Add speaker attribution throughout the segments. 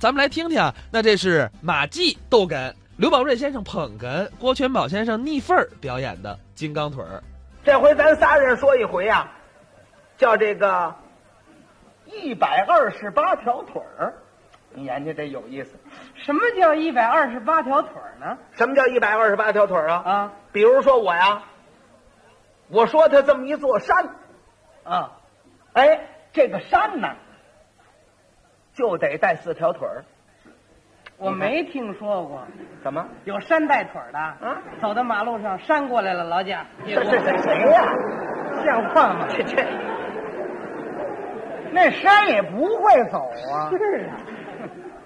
Speaker 1: 咱们来听听啊，那这是马季逗哏，刘宝瑞先生捧哏，郭全宝先生逆份儿表演的《金刚腿儿
Speaker 2: 这回咱仨人说一回啊，叫这个一百二十八条腿儿。你研究这有意思。
Speaker 3: 什么叫一百二十八条腿儿呢？
Speaker 2: 什么叫一百二十八条腿儿啊？
Speaker 3: 啊
Speaker 2: 比如说我呀，我说他这么一座山，
Speaker 3: 啊，
Speaker 2: 哎，这个山呢，就得带四条腿儿。
Speaker 3: 我没听说过
Speaker 2: 怎么？
Speaker 3: 有山带腿儿的。啊，走到马路上山过来了，劳驾。
Speaker 2: 这这这谁呀、
Speaker 3: 像话吗？
Speaker 2: 这这
Speaker 3: 那山也不会走啊。
Speaker 2: 是啊，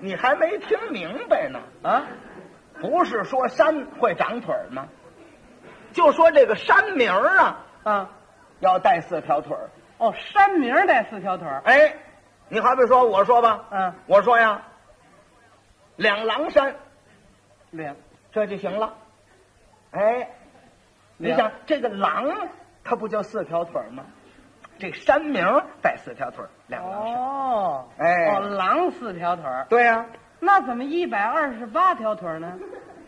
Speaker 2: 你还没听明白呢。
Speaker 3: 啊，
Speaker 2: 不是说山会长腿儿吗？就说这个山名儿啊，
Speaker 3: 啊，
Speaker 2: 要带四条腿儿。
Speaker 3: 哦，山名儿带四条腿儿。
Speaker 2: 哎，你好比说，我说吧，
Speaker 3: 嗯
Speaker 2: 我说呀，两狼山
Speaker 3: 两
Speaker 2: 这就行了。哎，你
Speaker 3: 两
Speaker 2: 想这个狼，它不就四条腿儿吗？这山名儿带四条腿儿，两狼山。
Speaker 3: 哦，
Speaker 2: 哎
Speaker 3: 哦，狼四条腿儿，
Speaker 2: 对呀、啊
Speaker 3: 那怎么一百二十八条腿儿呢？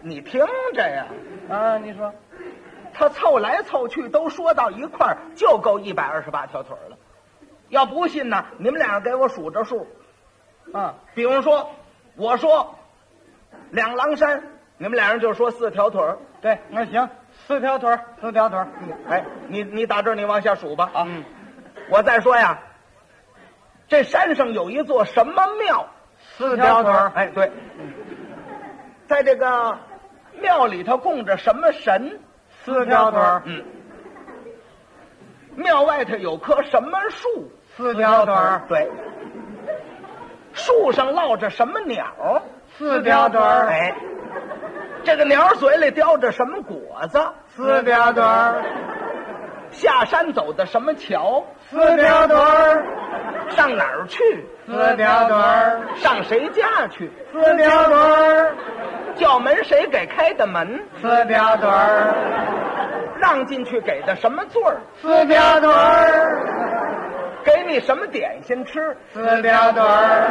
Speaker 2: 你听着呀，
Speaker 3: 啊，你说，
Speaker 2: 他凑来凑去都说到一块儿，就够一百二十八条腿儿了。要不信呢，你们俩给我数着数。
Speaker 3: 啊，
Speaker 2: 比如说，我说两狼山，你们俩人就说四条腿儿。
Speaker 3: 对，那行，四条腿儿，四条腿儿。
Speaker 2: 哎，你你打这儿你往下数吧
Speaker 3: 啊，
Speaker 2: 我再说呀，这山上有一座什么庙？
Speaker 3: 四条腿儿嗯
Speaker 2: 哎，对，在这个庙里头供着什么神？
Speaker 3: 四条腿儿
Speaker 2: 嗯。庙外头有棵什么树？
Speaker 3: 四条腿儿
Speaker 2: 对。树上落着什么鸟？
Speaker 3: 四条腿儿
Speaker 2: 哎，这个鸟嘴里叼着什么果子？
Speaker 3: 四条腿儿，
Speaker 2: 下山走的什么桥？
Speaker 3: 四条腿儿。
Speaker 2: 上哪儿去？
Speaker 3: 四条腿儿，
Speaker 2: 上谁家去？
Speaker 3: 四条腿儿，
Speaker 2: 叫门谁给开的门？
Speaker 3: 四条腿儿，
Speaker 2: 让进去给的什么座儿？
Speaker 3: 四条腿儿，
Speaker 2: 给你什么点心吃？
Speaker 3: 四条腿儿，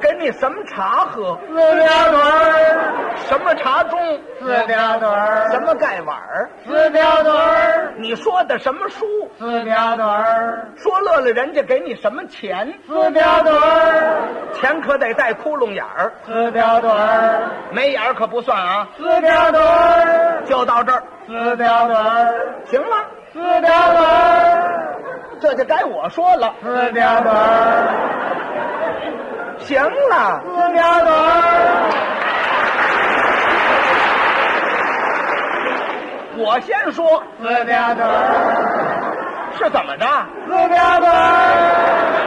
Speaker 2: 给你什么茶喝？
Speaker 3: 四条腿儿，
Speaker 2: 什么茶盅？
Speaker 3: 四条腿
Speaker 2: 什
Speaker 3: 儿，
Speaker 2: 么盖碗儿？
Speaker 3: 四条腿儿，
Speaker 2: 你说的什么书？
Speaker 3: 四条腿儿，
Speaker 2: 说乐了人家给你什么钱？
Speaker 3: 四条腿儿，
Speaker 2: 钱可得带窟窿眼儿，
Speaker 3: 四条腿儿，
Speaker 2: 没眼儿可不算啊。
Speaker 3: 四条腿儿，
Speaker 2: 就到这儿，
Speaker 3: 四条腿儿，
Speaker 2: 行了，
Speaker 3: 四条腿儿，
Speaker 2: 这就该我说了。
Speaker 3: 四条腿儿，
Speaker 2: 行了。
Speaker 3: 四条腿儿，
Speaker 2: 我先说
Speaker 3: 四条腿儿，
Speaker 2: 是怎么着？
Speaker 3: 四条腿儿。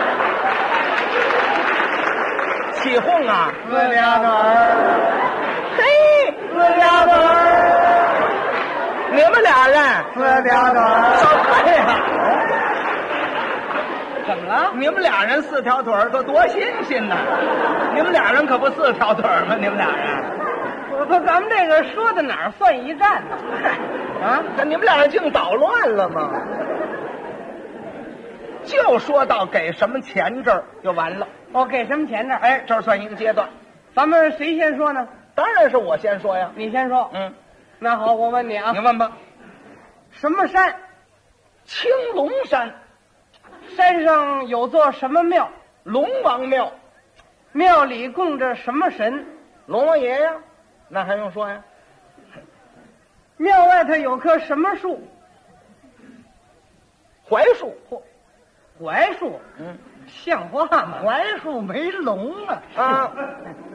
Speaker 2: 起哄啊！
Speaker 3: 四条腿儿，
Speaker 2: 嘿，
Speaker 3: 四条腿儿，
Speaker 2: 你们俩人
Speaker 3: 四条腿
Speaker 2: 什
Speaker 3: 儿，
Speaker 2: 么呀？
Speaker 3: 怎么了？
Speaker 2: 你们俩人四条腿儿，这多新鲜呐！你们俩人可不四条腿儿吗？你们俩人，
Speaker 3: 我说咱们这个说到哪儿算一站呢？啊，
Speaker 2: 这你们俩人净捣乱了吗？就说到给什么钱这儿就完了，
Speaker 3: 我给什么钱这儿？
Speaker 2: 哎，这儿算一个阶段。
Speaker 3: 咱们谁先说呢？
Speaker 2: 当然是我先说呀。
Speaker 3: 你先说。
Speaker 2: 嗯，
Speaker 3: 那好，我问你啊
Speaker 2: 你，问吧。
Speaker 3: 什么山？
Speaker 2: 青龙山
Speaker 3: 山上有座什么庙？
Speaker 2: 龙王庙，
Speaker 3: 庙里供着什么神？
Speaker 2: 龙王爷呀，那还用说呀？
Speaker 3: 庙外头有棵什么树？
Speaker 2: 槐树，
Speaker 3: 槐树，
Speaker 2: 嗯，
Speaker 3: 像话吗？
Speaker 2: 槐
Speaker 3: 树没龙啊！
Speaker 2: 啊，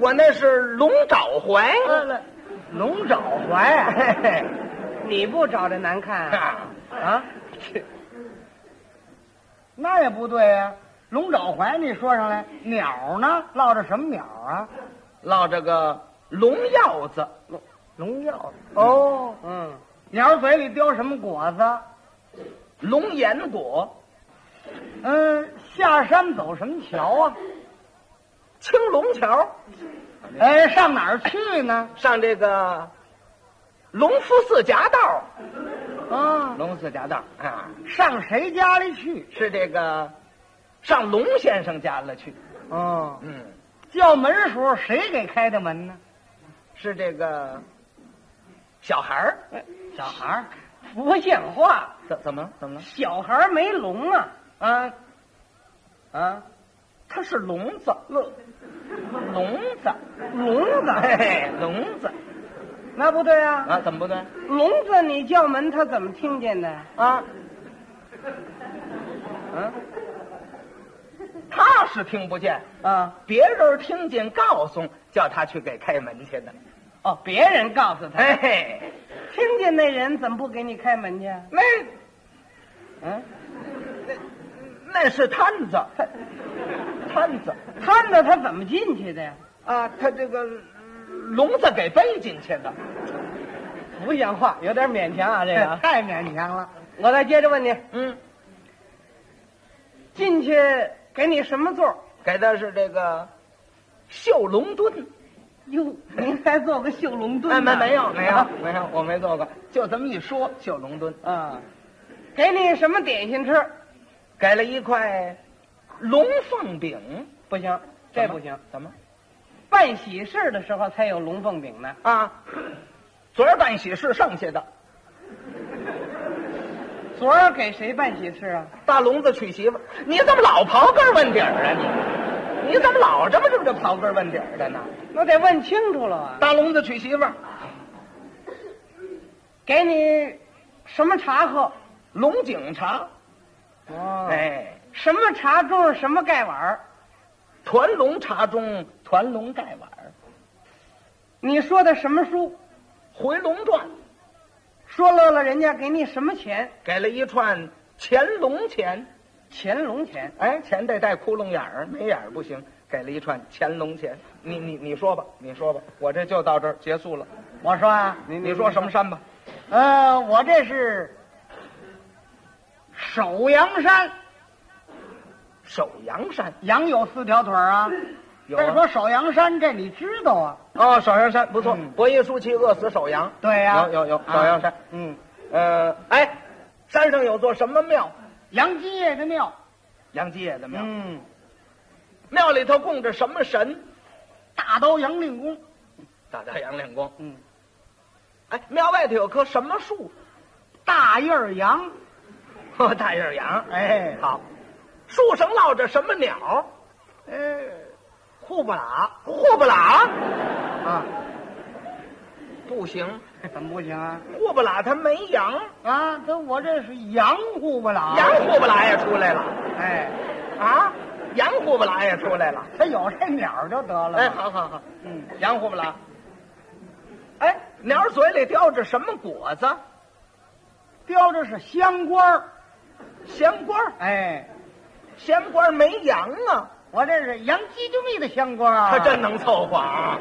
Speaker 2: 我那是龙爪槐，
Speaker 3: 呃
Speaker 2: 龙爪槐，
Speaker 3: 你不找这难看 啊？啊？
Speaker 2: 那也不对呀、
Speaker 3: 啊龙爪槐，你说上来，鸟呢？落着什么鸟啊？
Speaker 2: 烙这个龙药子，
Speaker 3: 龙药。
Speaker 2: 哦，
Speaker 3: 嗯，鸟嘴里叼什么果子？
Speaker 2: 龙眼果，
Speaker 3: 嗯，下山走什么桥啊？
Speaker 2: 青龙桥，嗯
Speaker 3: 哎，上哪儿去呢？
Speaker 2: 上这个龙福寺夹道，
Speaker 3: 啊，
Speaker 2: 龙寺夹道啊，
Speaker 3: 上谁家里去？
Speaker 2: 是这个上龙先生家了去，
Speaker 3: 哦，
Speaker 2: 嗯，
Speaker 3: 叫门时候谁给开的门呢？
Speaker 2: 是这个小孩儿，
Speaker 3: 小孩儿不像话，
Speaker 2: 怎怎么了？怎么了？
Speaker 3: 小孩儿没聋啊
Speaker 2: 啊
Speaker 3: 啊！
Speaker 2: 他是聋子，聋聋子，
Speaker 3: 聋子，
Speaker 2: 嘿，聋子
Speaker 3: 那不对啊！
Speaker 2: 啊，怎么不对
Speaker 3: 聋子，你叫门他怎么听见的？
Speaker 2: 啊？
Speaker 3: 嗯
Speaker 2: 他是听不见，
Speaker 3: 啊，
Speaker 2: 别人听见告诉叫他去给开门去的。
Speaker 3: 哦，别人告诉他，
Speaker 2: 哎嘿，
Speaker 3: 听见那人怎么不给你开门去？
Speaker 2: 那啊
Speaker 3: 嗯，
Speaker 2: 那是摊子，摊子
Speaker 3: 摊子他怎么进去的呀？
Speaker 2: 啊，他这个聋子给背进去的。
Speaker 3: 不像话，有点勉强啊，这个
Speaker 2: 太勉强了。
Speaker 3: 我再接着问你，
Speaker 2: 嗯，
Speaker 3: 进去给你什么座？
Speaker 2: 给的是这个绣龙墩。
Speaker 3: 哟，您还做个绣龙
Speaker 2: 哎，
Speaker 3: 墩
Speaker 2: 没
Speaker 3: 呢？
Speaker 2: 没有没有没有，我没做过，就这么一说，绣龙墩
Speaker 3: 啊，给你什么点心吃？
Speaker 2: 给了一块龙凤饼，
Speaker 3: 不行，这不行。
Speaker 2: 怎么？
Speaker 3: 办喜事的时候才有龙凤饼呢。
Speaker 2: 怎么啊？昨儿办喜事剩下的，
Speaker 3: 昨儿给谁办喜事啊？
Speaker 2: 大聋子娶媳妇儿，你怎么老刨根问底儿啊你？你怎么老这么这么这么刨根问底儿的呢？
Speaker 3: 我得问清楚了啊！
Speaker 2: 大聋子娶媳妇儿，
Speaker 3: 给你什么茶喝？
Speaker 2: 龙井茶，
Speaker 3: 哦哎，
Speaker 2: 哎，
Speaker 3: 什么茶盅，什么盖碗儿？
Speaker 2: 团龙茶中团龙盖碗儿，
Speaker 3: 你说的什么书？
Speaker 2: 《回龙传》
Speaker 3: 说乐了，人家给你什么钱？
Speaker 2: 给了一串乾隆钱。
Speaker 3: 乾隆钱。
Speaker 2: 哎，钱得带窟窿眼儿，没眼儿不行。给了一串乾隆钱，你你你说吧，你说吧，我这就到这儿结束了。
Speaker 3: 我说啊，
Speaker 2: 你你说什么？山吧？
Speaker 3: 呃，我这是首阳山，
Speaker 2: 首阳山
Speaker 3: 羊有四条腿儿啊。
Speaker 2: 有
Speaker 3: 再
Speaker 2: 啊
Speaker 3: 说首阳山，这你知道啊？
Speaker 2: 哦，首阳山不错
Speaker 3: 嗯。
Speaker 2: 伯夷叔齐饿死首阳，
Speaker 3: 对呀、
Speaker 2: 有有有首阳山
Speaker 3: 啊。嗯，
Speaker 2: 呃，哎，山上有座什么庙？
Speaker 3: 杨继业的庙。
Speaker 2: 杨继业的庙。
Speaker 3: 嗯，
Speaker 2: 庙里头供着什么神？
Speaker 3: 大刀杨令公。
Speaker 2: 大大杨令公。
Speaker 3: 嗯，
Speaker 2: 哎，庙外头有棵什么树？
Speaker 3: 大叶儿杨。
Speaker 2: 大叶杨。
Speaker 3: 哎
Speaker 2: 好，树上落着什么鸟？
Speaker 3: 呃，
Speaker 2: 呼不拉，呼不拉。
Speaker 3: 啊，
Speaker 2: 不行，
Speaker 3: 怎么不行啊？
Speaker 2: 呼不拉它没羊，
Speaker 3: 啊，这我这是羊户不了。
Speaker 2: 羊呼不拉也出来了
Speaker 3: 哎，
Speaker 2: 啊，羊呼不拉也出来了。
Speaker 3: 他有这鸟儿就得了嘛。
Speaker 2: 哎，好好好，
Speaker 3: 嗯，
Speaker 2: 羊呼不拉。哎，鸟嘴里叼着什么果子？
Speaker 3: 叼着是香官儿。
Speaker 2: 香瓜儿，
Speaker 3: 哎，
Speaker 2: 香瓜儿没羊啊，
Speaker 3: 我这是杨鸡就蜜的香官儿啊。
Speaker 2: 它真能凑合啊。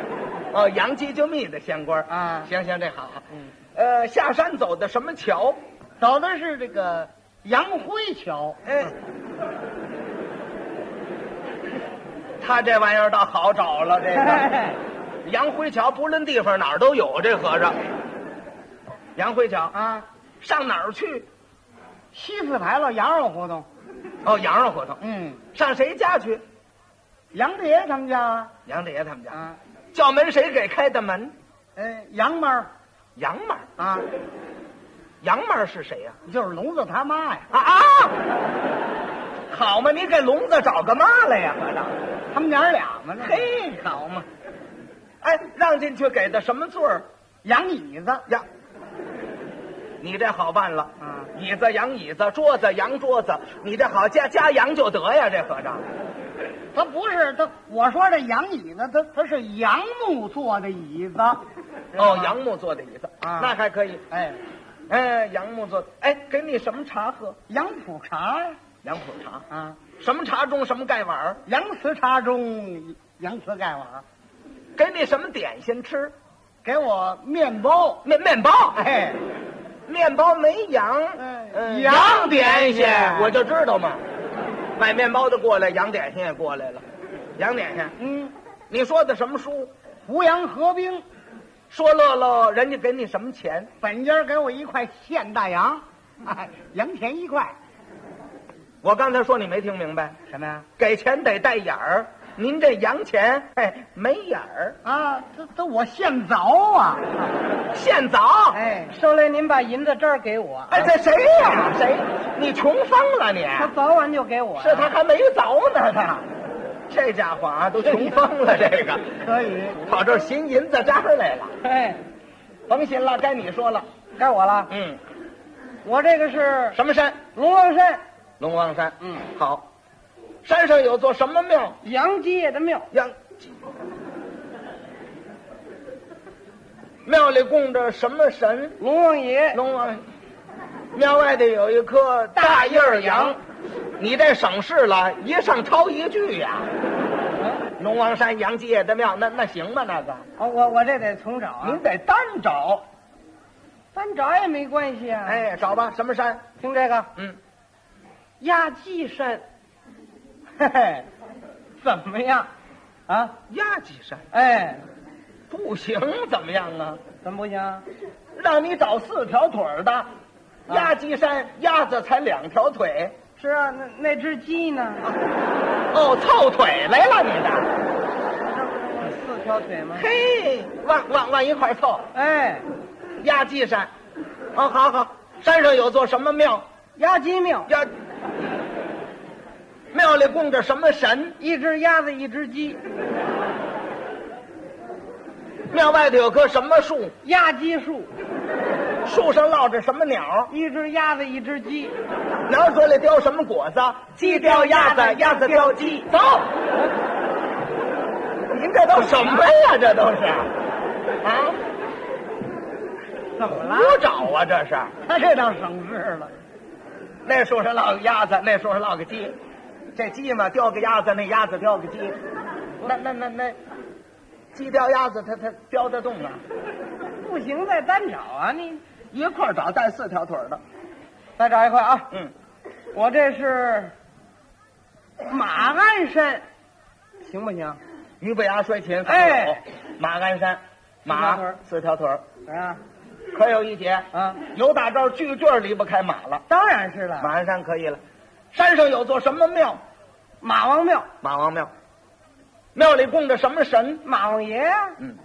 Speaker 2: 哦，羊鸡就蜜的香瓜儿
Speaker 3: 啊
Speaker 2: 行行，这好。
Speaker 3: 嗯，
Speaker 2: 呃，下山走的什么桥？
Speaker 3: 走的是这个杨辉桥。
Speaker 2: 哎，他这玩意儿倒好找了，这 个。杨辉桥不论地方哪儿都有，这和尚。杨辉桥
Speaker 3: 啊，
Speaker 2: 上哪儿去？
Speaker 3: 西四牌楼羊肉胡同。
Speaker 2: 哦，羊肉胡同。
Speaker 3: 嗯，
Speaker 2: 上谁家去？
Speaker 3: 杨志爷他们家啊。
Speaker 2: 杨大爷他们家。
Speaker 3: 啊，
Speaker 2: 叫门谁给开的门？
Speaker 3: 呃，杨妈儿
Speaker 2: 杨妈儿。
Speaker 3: 啊，
Speaker 2: 杨妈儿是谁呀、
Speaker 3: 就是聋子他妈呀。
Speaker 2: 啊？啊好嘛，你给聋子找个妈来呀，和尚。
Speaker 3: 他们娘儿俩嘛，这
Speaker 2: 嘿，
Speaker 3: 好嘛，
Speaker 2: 哎，让进去给的什么座儿？
Speaker 3: 杨椅子
Speaker 2: 呀，你这好办了。
Speaker 3: 啊，
Speaker 2: 椅子洋椅子，桌子洋桌子，你这好加加洋就得呀，这和尚。
Speaker 3: 他不是他，我说这杨椅子，他他是杨木做的椅子。
Speaker 2: 哦，杨木做的椅子，
Speaker 3: 啊
Speaker 2: 那还可以。
Speaker 3: 哎，
Speaker 2: 哎，杨木做的，哎，给你什么茶喝？
Speaker 3: 杨普茶呀
Speaker 2: 杨普茶，
Speaker 3: 啊，
Speaker 2: 什么茶中什么盖碗儿？
Speaker 3: 杨瓷茶中杨瓷盖碗儿，啊
Speaker 2: 给你什么点心吃？
Speaker 3: 给我面包。
Speaker 2: 面面包，哎，
Speaker 3: 哎，
Speaker 2: 面包没羊，
Speaker 3: 哎
Speaker 2: 嗯
Speaker 3: 羊点心
Speaker 2: 我就知道嘛。买面包的过来，羊点心也过来了。羊点心，
Speaker 3: 嗯，
Speaker 2: 你说的什么书？
Speaker 3: 胡杨合兵，
Speaker 2: 说乐乐，人家给你什么钱？
Speaker 3: 本家给我一块现大洋，哎，洋钱一块。
Speaker 2: 我刚才说你没听明白，
Speaker 3: 什么呀？
Speaker 2: 给钱得带眼儿。您这洋钱，哎，没眼儿，
Speaker 3: 啊，这这我现凿啊！
Speaker 2: 现凿。
Speaker 3: 哎，收来您把银子这儿给我，
Speaker 2: 哎，这谁呀、谁？你穷疯了你？
Speaker 3: 他早晚就给我呀。啊
Speaker 2: 这他还没凿呢，他。这家伙啊，都穷疯了，这个
Speaker 3: 可以。
Speaker 2: 跑这儿寻银子渣儿来了。
Speaker 3: 哎，
Speaker 2: 甭寻了，该你说了。
Speaker 3: 该我了。
Speaker 2: 嗯，
Speaker 3: 我这个是
Speaker 2: 什么山？
Speaker 3: 龙王山
Speaker 2: 龙王山。
Speaker 3: 嗯，
Speaker 2: 好。山上有座什么庙？
Speaker 3: 杨继业的庙，
Speaker 2: 杨。庙里供着什么神？
Speaker 3: 龙王爷
Speaker 2: 龙王。庙外头有一棵大叶儿杨，你这省事了，一上抄一句呀、嗯龙王山杨继业的庙，那那行吗？那个，
Speaker 3: 哦，我我这得重找啊
Speaker 2: 您。得单找。
Speaker 3: 单找也没关系啊。，
Speaker 2: 哎，找吧，什么山？
Speaker 3: 听这个
Speaker 2: 嗯，
Speaker 3: 压髻山
Speaker 2: 嘿嘿，
Speaker 3: 怎么样？啊，
Speaker 2: 压几山
Speaker 3: 哎，
Speaker 2: 不行，怎么样啊？
Speaker 3: 怎么不行？
Speaker 2: 让你找四条腿儿的，压鸡山鸭子才两条腿，
Speaker 3: 是啊，那那只鸡呢？
Speaker 2: 哦，凑腿来了你的，
Speaker 3: 四条腿吗？
Speaker 2: 嘿，往往往一块儿凑，
Speaker 3: 哎，
Speaker 2: 压鸡山，哦，好好，山上有座什么庙？
Speaker 3: 压鸡庙，
Speaker 2: 压庙里供着什么神？
Speaker 3: 一只鸭子，一只鸡，
Speaker 2: 庙外头有棵什么树？
Speaker 3: 压鸡树，
Speaker 2: 树上落着什么鸟？
Speaker 3: 一只鸭子，一只鸡。
Speaker 2: 鸟嘴里叼什么果子？鸡叼鸭子，鸭子叼鸡。走，您这都什么呀？这都是，啊，
Speaker 3: 怎么了？
Speaker 2: 胡找啊，这是。
Speaker 3: 他这倒省事了。
Speaker 2: 那树上落个鸭子，那树上落个鸡，这鸡嘛叼个鸭子，那鸭子叼个鸡，那那那那，鸡叼鸭子，它它叼得动啊？
Speaker 3: 不行，再单找啊！你
Speaker 2: 一块儿找带四条腿儿的，
Speaker 3: 再找一块啊！
Speaker 2: 嗯，
Speaker 3: 我这是马鞍山，行不行？
Speaker 2: 鱼背牙摔琴，
Speaker 3: 哎，
Speaker 2: 马鞍山，
Speaker 3: 四条
Speaker 2: 马
Speaker 3: 腿儿
Speaker 2: 四条腿儿，
Speaker 3: 怎么样？
Speaker 2: 可有一节，
Speaker 3: 啊，
Speaker 2: 有大招，句句儿离不开马了，
Speaker 3: 当然是
Speaker 2: 马
Speaker 3: 了，
Speaker 2: 鞍山可以了，山上有座什么庙？
Speaker 3: 马王庙，
Speaker 2: 马王庙，庙里供着什么神？
Speaker 3: 马王爷啊，
Speaker 2: 嗯，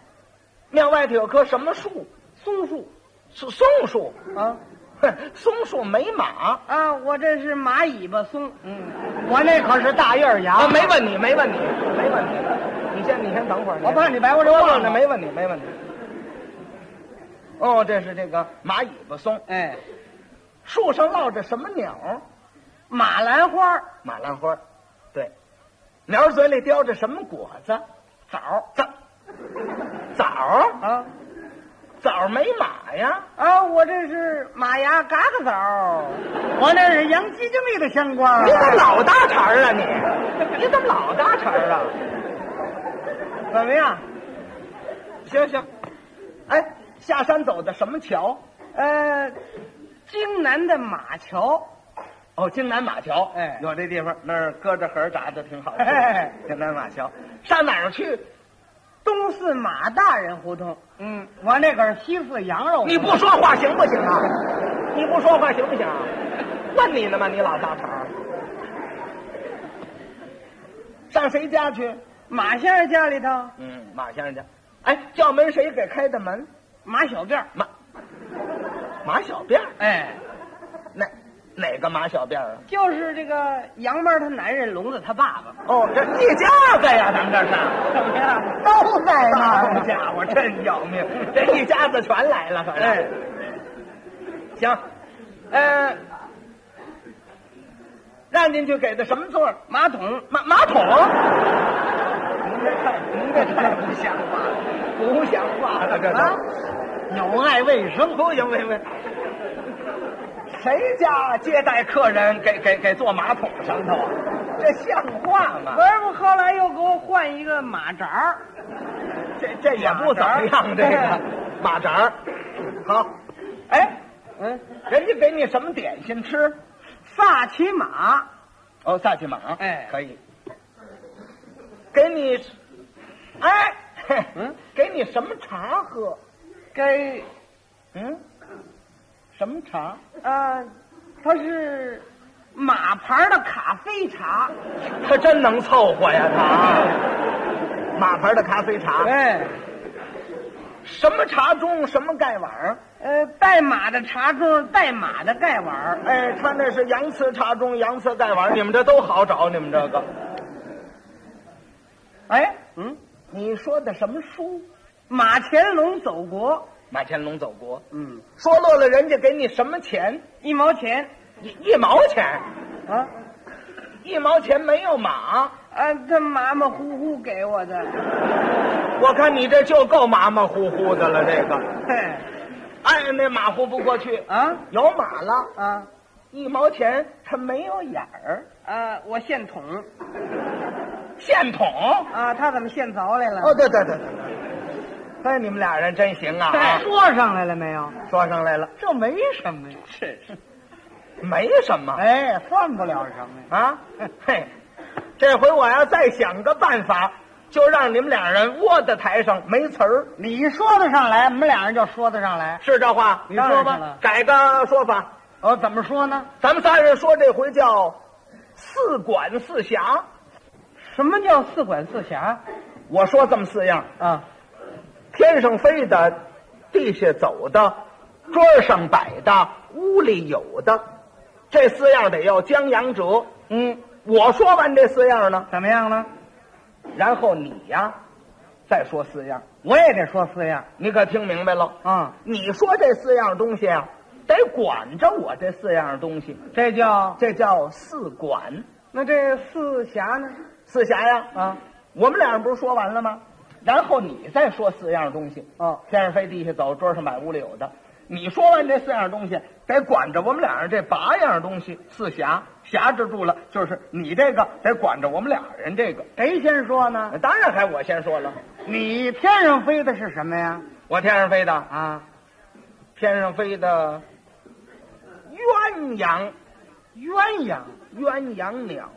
Speaker 2: 庙外头有棵什么树？
Speaker 3: 松树
Speaker 2: 是松树，
Speaker 3: 啊
Speaker 2: 哼，松树没马。
Speaker 3: 啊！我这是马尾巴松，嗯，
Speaker 2: 我那可是大叶儿牙，啊没问你，没问你，没问你。你先，你先等会儿。
Speaker 3: 我怕你白活
Speaker 2: 我
Speaker 3: 着忘
Speaker 2: 忘
Speaker 3: 了
Speaker 2: 了，没问你，没问你。哦，这是这个马尾巴松，
Speaker 3: 哎，
Speaker 2: 树上落着什么鸟？
Speaker 3: 马兰花
Speaker 2: 马兰花，对。鸟嘴里叼着什么果子？枣，枣，枣，
Speaker 3: 啊
Speaker 2: 枣没马呀？
Speaker 3: 啊！我这是马牙嘎嘎枣，我那是洋鸡精力的香瓜
Speaker 2: 你怎么老搭茬儿啊你？你怎么老搭茬儿啊？
Speaker 3: 怎么样？
Speaker 2: 行行，哎，下山走的什么桥？
Speaker 3: 呃，京南的马桥，
Speaker 2: 哦，京南马桥，
Speaker 3: 哎
Speaker 2: 有这地方，那儿搁着盒炸的挺好吃。
Speaker 3: 哎
Speaker 2: 京南马桥，上哪儿去？
Speaker 3: 东四马大人胡同。嗯，我那个是西四羊肉胡同。
Speaker 2: 你不说话行不行啊？你不说话行不行啊？问你呢吗？你老大茬儿。上谁家去？
Speaker 3: 马先生家里头
Speaker 2: 嗯，马先生家。哎，叫门谁给开的门？
Speaker 3: 马小辫儿，
Speaker 2: 马马小辫儿，
Speaker 3: 哎，
Speaker 2: 哪哪个马小辫儿啊？
Speaker 3: 就是这个杨妈她男人聋子他爸 爸。
Speaker 2: 哦，这一家子呀，咱们这是。
Speaker 3: 怎么样？都在那
Speaker 2: 好
Speaker 3: 儿。
Speaker 2: 哎家伙，真要命！这一家子全来了，反正。
Speaker 3: 哎
Speaker 2: 行，呃，让进去给的什么座儿？
Speaker 3: 马桶，
Speaker 2: 马马桶？您这太您这太不像话了，不像话了，这都、
Speaker 3: 啊
Speaker 2: 有碍卫生。不行，不行，不行。谁家接待客人给给给坐马桶上头啊？这像话吗
Speaker 3: 不？是不，后来又给我换一个马扎儿，
Speaker 2: 这这也不怎么样，这个 马扎儿。好，哎，
Speaker 3: 嗯，
Speaker 2: 人家给你什么点心吃？
Speaker 3: 萨其马，
Speaker 2: 哦，萨其马，
Speaker 3: 哎
Speaker 2: 可以。给你， 哎，
Speaker 3: 嗯，
Speaker 2: 给你什么茶喝？
Speaker 3: 给
Speaker 2: 嗯，什么茶？
Speaker 3: 呃啊，它是马牌的咖啡茶。
Speaker 2: 他真能凑合呀， 他。马牌的咖啡茶，
Speaker 3: 哎，
Speaker 2: 什么茶盅，什么盖碗儿
Speaker 3: 呃，带马的茶盅，带马的盖碗儿。
Speaker 2: 哎，他那是洋瓷茶盅，洋瓷盖碗儿，你们这都好找，你们这个。
Speaker 3: 哎，
Speaker 2: 嗯，你说的什么书？
Speaker 3: 马乾隆走国，
Speaker 2: 马乾隆走国，
Speaker 3: 嗯，
Speaker 2: 说落了人家给你什么钱？
Speaker 3: 一毛钱
Speaker 2: 一一毛钱，
Speaker 3: 啊，
Speaker 2: 一毛钱没有马。
Speaker 3: 啊，他马马虎虎给我的。
Speaker 2: 我看你这就够马马虎虎的了，这个，
Speaker 3: 嘿，
Speaker 2: 哎，那马虎不过去，
Speaker 3: 啊
Speaker 2: 有马了，
Speaker 3: 啊
Speaker 2: 一毛钱它没有眼儿，
Speaker 3: 啊！我现捅
Speaker 2: 线筒。
Speaker 3: 啊，他怎么现凿来了？
Speaker 2: 哦，对对对对对，哎，你们俩人真行啊！啊
Speaker 3: 哎说上来了没有？
Speaker 2: 说上来了，
Speaker 3: 这没什么呀，是是。
Speaker 2: 没什么。
Speaker 3: 哎，算不了什么呀。
Speaker 2: 啊， 嘿，这回我要再想个办法，就让你们俩人窝在台上没词儿，
Speaker 3: 你说得上来，我们俩人就说得上来。
Speaker 2: 是这话？你说
Speaker 3: 当然
Speaker 2: 吧
Speaker 3: 了，
Speaker 2: 改个说法，
Speaker 3: 哦，怎么说呢？
Speaker 2: 咱们仨人说这回叫四管四辖。
Speaker 3: 什么叫四管四辖
Speaker 2: 我说这么四样：
Speaker 3: 啊？
Speaker 2: 天上飞的，地下走的，桌上摆的，屋里有的，这四样得要江洋折。嗯，我说完这四样呢，
Speaker 3: 怎么样了？
Speaker 2: 然后你呀，再说四样，
Speaker 3: 我也得说四样
Speaker 2: 你可听明白了？
Speaker 3: 啊、
Speaker 2: 你说这四样东西啊，得管着我这四样东西，
Speaker 3: 这叫
Speaker 2: 这叫四管
Speaker 3: 那这四辖呢？
Speaker 2: 四辖呀。
Speaker 3: 啊，
Speaker 2: 我们俩人不是说完了吗？然后你再说四样东西，
Speaker 3: 哦，
Speaker 2: 天上飞，地下走，桌上摆，屋里有的。你说完这四样东西，得管着我们俩人这八样东西，四辖辖制住了，就是你这个得管着我们俩人这个。
Speaker 3: 谁先说呢？
Speaker 2: 当然还我先说了，
Speaker 3: 你天上飞的是什么呀？
Speaker 2: 我天上飞的，
Speaker 3: 啊，
Speaker 2: 天上飞的鸳鸯，
Speaker 3: 鸳鸯。
Speaker 2: 鸳鸯鸟，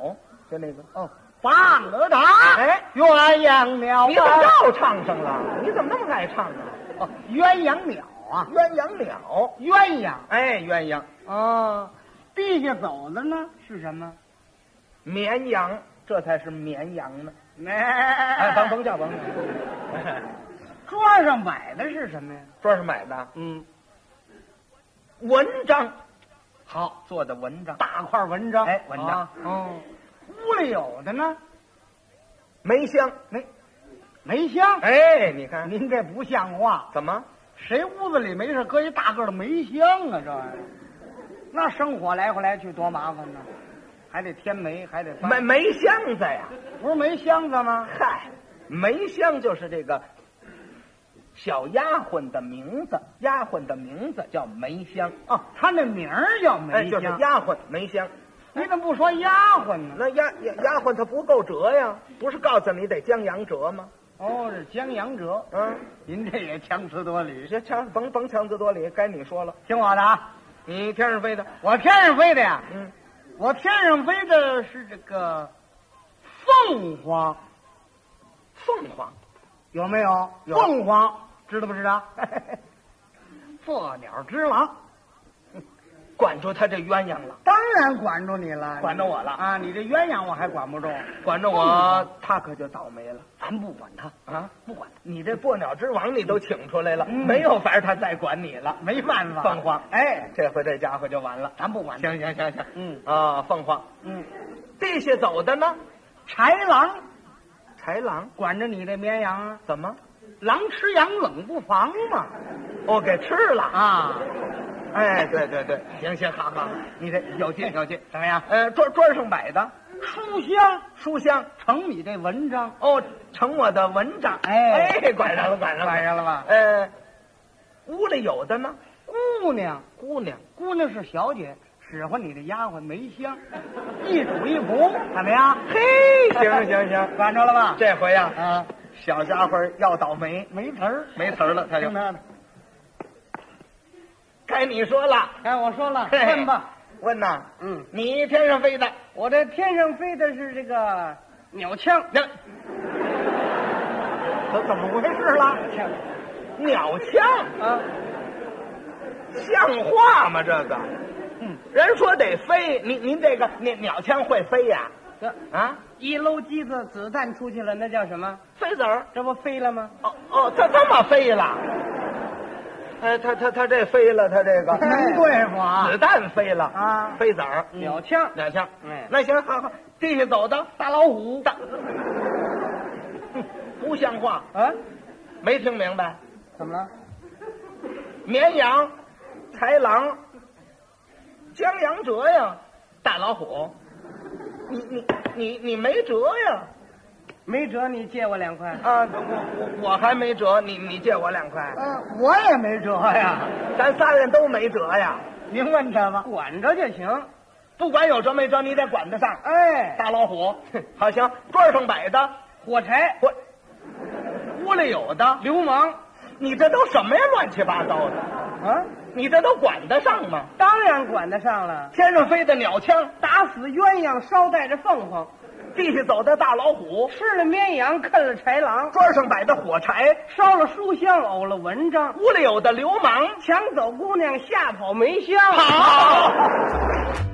Speaker 2: 就那个哦。
Speaker 3: 巴鹅达，
Speaker 2: 哎，
Speaker 3: 鸳鸯鸟
Speaker 2: 你怎么
Speaker 3: 啊，
Speaker 2: 又唱上了？你怎么那么爱唱啊？
Speaker 3: 哦鸳鸯鸟啊，
Speaker 2: 鸳鸯鸟，
Speaker 3: 鸳鸯。
Speaker 2: 哎，鸳鸯，
Speaker 3: 哦，地下走的呢是什么？
Speaker 2: 绵羊，这才是绵羊呢。
Speaker 3: 哎
Speaker 2: 哎，甭甭叫甭叫，
Speaker 3: 桌上摆的是什么呀？
Speaker 2: 桌上买的
Speaker 3: 嗯，
Speaker 2: 文章，好做的文章，
Speaker 3: 大块文章。
Speaker 2: 哎文章
Speaker 3: 啊哦，屋里有的呢，
Speaker 2: 梅香，梅，
Speaker 3: 梅香。
Speaker 2: 哎，你看
Speaker 3: 您这不像话，
Speaker 2: 怎么？
Speaker 3: 谁屋子里没事搁一大个的梅香啊？这玩意儿，那生火来回来去多麻烦呢，还得添煤，还得翻
Speaker 2: 梅梅香子呀？
Speaker 3: 不是煤箱子吗？
Speaker 2: 哎嗨，梅香就是这个小丫鬟的名字，丫鬟的名字叫梅香，
Speaker 3: 哦，他那名儿叫
Speaker 2: 哎，
Speaker 3: 梅
Speaker 2: 就是
Speaker 3: 香。
Speaker 2: 丫鬟梅香。
Speaker 3: 你怎么不说丫鬟呢？
Speaker 2: 那丫丫丫鬟她不够折呀，不是告诉你得将洋折吗？
Speaker 3: 哦，是江阳哲，
Speaker 2: 啊，
Speaker 3: 您这也强词夺
Speaker 2: 你
Speaker 3: 理。
Speaker 2: 这强甭甭强词夺理，该你说了。
Speaker 3: 听我的啊，
Speaker 2: 你天上飞的，
Speaker 3: 我天上飞的呀，
Speaker 2: 嗯，
Speaker 3: 我天上飞的是这个凤凰，
Speaker 2: 凤凰，
Speaker 3: 有没有？
Speaker 2: 有
Speaker 3: 凤凰知道不知 道？做鸟之王，
Speaker 2: 管住他这鸳鸯了，
Speaker 3: 当然管住你了，
Speaker 2: 管着我了
Speaker 3: 啊！你这鸳鸯我还管不住，
Speaker 2: 管着我他可就倒霉了
Speaker 3: 咱不管他，
Speaker 2: 啊！
Speaker 3: 不管他。
Speaker 2: 你这破鸟之王你都请出来了，
Speaker 3: 嗯
Speaker 2: 没有法儿他再管你了，
Speaker 3: 没办法，
Speaker 2: 凤凰
Speaker 3: 哎，
Speaker 2: 这回这家伙就完了。
Speaker 3: 咱不管他。
Speaker 2: 行行行行，
Speaker 3: 嗯
Speaker 2: 啊，凤凰，
Speaker 3: 嗯，
Speaker 2: 地下走的呢，
Speaker 3: 豺狼
Speaker 2: 豺狼
Speaker 3: 管着你这绵羊啊，
Speaker 2: 怎么？
Speaker 3: 狼吃羊冷不防嘛
Speaker 2: 哦，给吃了啊！
Speaker 3: 啊！
Speaker 2: 哎，对对对，行行，好好，好你这有劲有劲。
Speaker 3: 怎么样？
Speaker 2: 呃，桌桌上摆的
Speaker 3: 书香
Speaker 2: 书香，
Speaker 3: 成你这文章，
Speaker 2: 哦，成我的文章。
Speaker 3: 哎
Speaker 2: 哎，管上了，管上了，
Speaker 3: 管上了吧
Speaker 2: 呃，屋里有的呢，
Speaker 3: 姑娘
Speaker 2: 姑娘，
Speaker 3: 姑娘是小姐，使唤你的丫鬟梅 香，一主一仆，怎么样？
Speaker 2: 嘿，行行行，
Speaker 3: 管着了吧？
Speaker 2: 这回呀、
Speaker 3: 啊，
Speaker 2: 小家伙要倒霉，
Speaker 3: 没词儿，
Speaker 2: 没词儿了，他就
Speaker 3: 听他的。
Speaker 2: 该你说了，
Speaker 3: 哎，我说了，
Speaker 2: 嘿
Speaker 3: 问吧。，
Speaker 2: 问呐，
Speaker 3: 嗯，
Speaker 2: 你天上飞的，
Speaker 3: 我这天上飞的是这个鸟枪，
Speaker 2: 那怎怎么回事了？
Speaker 3: 枪
Speaker 2: 鸟枪
Speaker 3: 啊，
Speaker 2: 像话吗？这个
Speaker 3: 嗯，
Speaker 2: 人说得飞，您您这个鸟鸟枪会飞呀、
Speaker 3: 这
Speaker 2: 啊？
Speaker 3: 一搂机子，子弹出去了，那叫什么？
Speaker 2: 飞子儿？
Speaker 3: 这不飞了吗？
Speaker 2: 哦哦，它这么飞了？哎，它它它这飞了，它这个
Speaker 3: 能对付啊
Speaker 2: 子！弹飞了
Speaker 3: 啊
Speaker 2: 飞子儿，
Speaker 3: 鸟枪，
Speaker 2: 两枪。
Speaker 3: 哎
Speaker 2: 那行，好好，地下走的
Speaker 3: 大老虎
Speaker 2: 大， 不像话，
Speaker 3: 啊？
Speaker 2: 没听明白？
Speaker 3: 怎么了？
Speaker 2: 绵羊、豺狼、江洋折呀，大老虎，你你你你没辙呀？
Speaker 3: 没辙，你借我两块。
Speaker 2: 啊，我我我还没辙，你你借我两块，哎
Speaker 3: 嗯，我也没辙呀。
Speaker 2: 咱仨人都没辙呀。
Speaker 3: 您问什么？管着就行。
Speaker 2: 不管有辙没辙，你得管得上。
Speaker 3: 哎，
Speaker 2: 大老虎， 好行，桌上摆的，
Speaker 3: 火柴，
Speaker 2: 我屋里有的，
Speaker 3: 流氓
Speaker 2: 你这都什么呀？乱七八糟的，
Speaker 3: 啊，
Speaker 2: 你这都管得上吗？
Speaker 3: 当然管得上了。
Speaker 2: 天上飞的鸟枪，
Speaker 3: 打死鸳鸯，捎带着凤凰，
Speaker 2: 地下走的大老虎，
Speaker 3: 吃了绵羊，啃了豺狼，
Speaker 2: 桌上摆的火柴，
Speaker 3: 烧了书香，呕了文章，
Speaker 2: 屋里有的流氓。
Speaker 3: 抢走姑娘，吓跑梅香。
Speaker 2: 好。